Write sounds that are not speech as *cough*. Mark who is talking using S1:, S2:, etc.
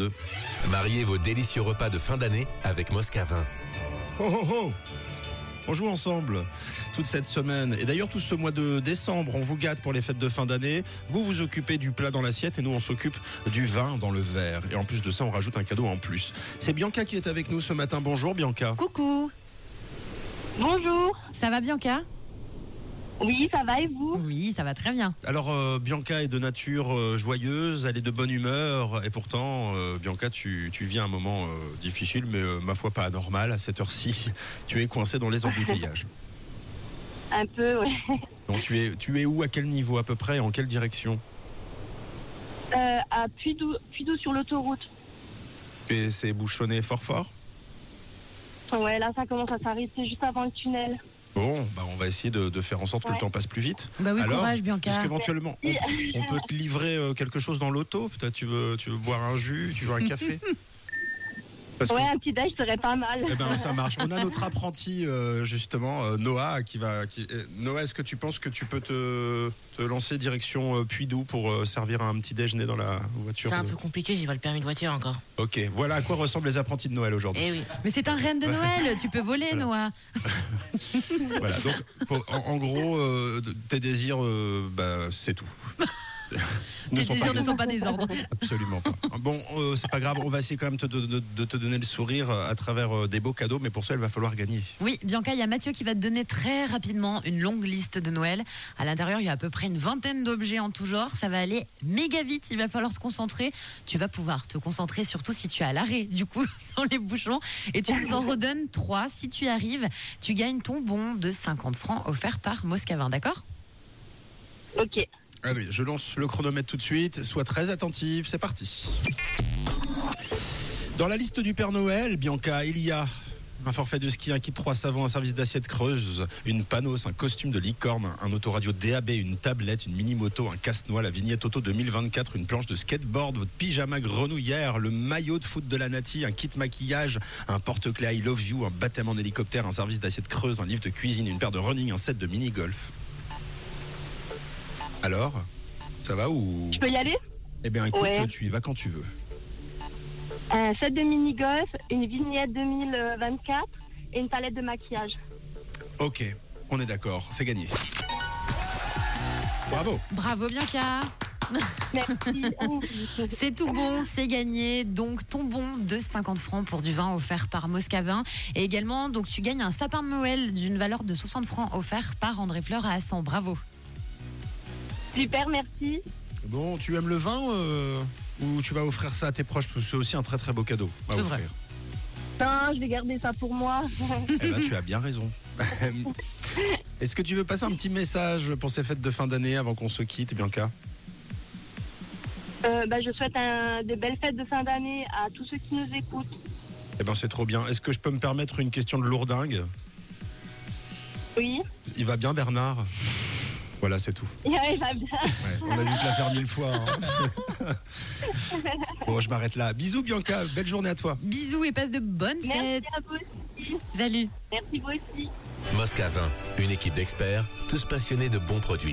S1: feu. Mariez vos délicieux repas de fin d'année avec Moscavin.
S2: Oh oh oh on joue ensemble toute cette semaine et d'ailleurs tout ce mois de décembre. On vous gâte pour les fêtes de fin d'année. Vous vous occupez du plat dans l'assiette et nous on s'occupe du vin dans le verre. Et en plus de ça, on rajoute un cadeau en plus. C'est Bianca qui est avec nous ce matin. Bonjour Bianca.
S3: Coucou,
S4: Bonjour.
S3: ça va Bianca
S4: Oui, ça va et vous
S3: Oui, ça va très bien.
S2: Alors euh, Bianca est de nature euh, joyeuse, elle est de bonne humeur et pourtant euh, Bianca tu, tu vis un moment euh, difficile mais euh, ma foi pas anormal à cette heure-ci. Tu es coincée dans les embouteillages.
S4: Un peu, oui.
S2: Donc tu es tu es où à quel niveau à peu près en quelle direction
S4: Euh, à Puydou, Puydou sur l'autoroute.
S2: Et c'est bouchonné fort fort
S4: Ouais, là, ça commence à s'arrêter juste avant le tunnel.
S2: Bon, bah on va essayer de, de faire en sorte que le
S4: Ouais.
S2: temps passe plus vite.
S3: Bah oui,
S2: Alors,
S3: courage
S2: Est-ce
S3: Bianca.
S2: qu'éventuellement on, on peut te livrer euh, quelque chose dans l'auto Peut-être tu veux, tu veux boire un jus, tu veux un café Parce que-
S4: Ouais, un petit déj serait pas mal.
S2: Eh ben ça marche. On a notre apprenti euh, justement euh, Noah qui va. Qui... eh, Noah, est-ce que tu penses que tu peux te, te lancer direction euh, Puydou pour euh, servir un petit déjeuner dans la voiture
S5: C'est un
S2: de-
S5: peu compliqué, j'ai pas le permis de voiture encore.
S2: Ok. Voilà à quoi ressemblent les apprentis de Noël aujourd'hui.
S5: Eh oui.
S3: Mais c'est un reine de Noël, tu peux voler Noah.
S2: Voilà. Donc pour- en, en gros, euh, tes désirs, euh, bah, c'est
S3: *laughs*
S2: tout. Ne
S3: Tes
S2: sont pas
S3: désirs
S2: gros.
S3: ne sont pas des ordres.
S2: Absolument
S3: *laughs*
S2: pas. Bon, euh, c'est pas grave, on va essayer quand même te- de, de- de te donner le sourire euh, à travers euh, des beaux cadeaux, mais pour ça, il va falloir gagner.
S3: Oui, Bianca, il y a Mathieu qui va te donner très rapidement une longue liste de Noël. À l'intérieur, il y a à peu près une vingtaine d'objets en tout genre. Ça va aller méga vite. Il va falloir se concentrer. Tu vas pouvoir te concentrer surtout si tu es à l'arrêt, du coup, *laughs* dans les bouchons. Et tu nous en redonnes trois. Si tu y arrives, tu gagnes ton bon de 50 francs offert par Moscavin, d'accord
S2: ben-
S4: Ok.
S2: Allez, je lance le chronomètre tout de suite. Sois très attentif, c'est parti. Dans la liste du Père Noël, Bianca, il y a un forfait de ski, un kit 3 savons, un service d'assiette creuse, une panos, un costume de licorne, un autoradio DAB, une tablette, une mini-moto, un casse-noix, la vignette auto 2024, une planche de skateboard, votre pyjama grenouillère, le maillot de foot de la Nati, un kit maquillage, un porte-clés I Love You, un bâtiment d'hélicoptère, un service d'assiette creuse, un livre de cuisine, une paire de running, un set de mini-golf. Alors ça va ou
S4: Je peux y aller
S2: Eh bien, écoute,
S4: Ouais.
S2: tu y vas quand tu veux.
S4: Un set de mini-golf, une vignette 2024 et une palette de maquillage.
S2: Ok, on est d'accord, c'est gagné. Bravo.
S3: Bravo, Bianca
S2: *laughs*
S4: Merci.
S3: C'est tout bon, c'est gagné. Donc ton bon de 50 francs pour du vin offert par Moscavin. Et également, donc tu gagnes un sapin de Noël d'une valeur de 60 francs offert par André Fleur à Assan. Bravo.
S4: Super, merci.
S2: Bon, tu aimes le vin euh, ou tu vas offrir ça à tes proches parce que c'est aussi un très très beau cadeau. à
S3: C'est vrai.
S2: offrir.
S4: Non, je vais garder ça pour
S2: *laughs*
S4: moi.
S2: Eh ben, tu as bien
S3: *laughs*
S2: raison. Est-ce que tu veux passer un petit message pour ces fêtes de fin d'année avant qu'on se quitte, Bianca
S4: Euh, bah, je souhaite un, de belles fêtes de fin d'année à tous ceux qui nous écoutent.
S2: Eh ben, c'est trop bien. Est-ce que je peux me permettre une question de lourdingue
S4: Oui, *laughs*
S2: Il va bien, Bernard Voilà, c'est tout.
S4: il va bien.
S2: Ouais, on a dû te la faire mille fois.
S3: *laughs*
S2: hein. bon, je m'arrête là. Bisous, Bianca. Belle journée à toi.
S3: Bisous et passe de bonnes fêtes.
S4: Merci à vous.
S3: Salut.
S4: Merci vous aussi.
S1: Moscavin, une équipe d'experts, tous passionnés de bons produits.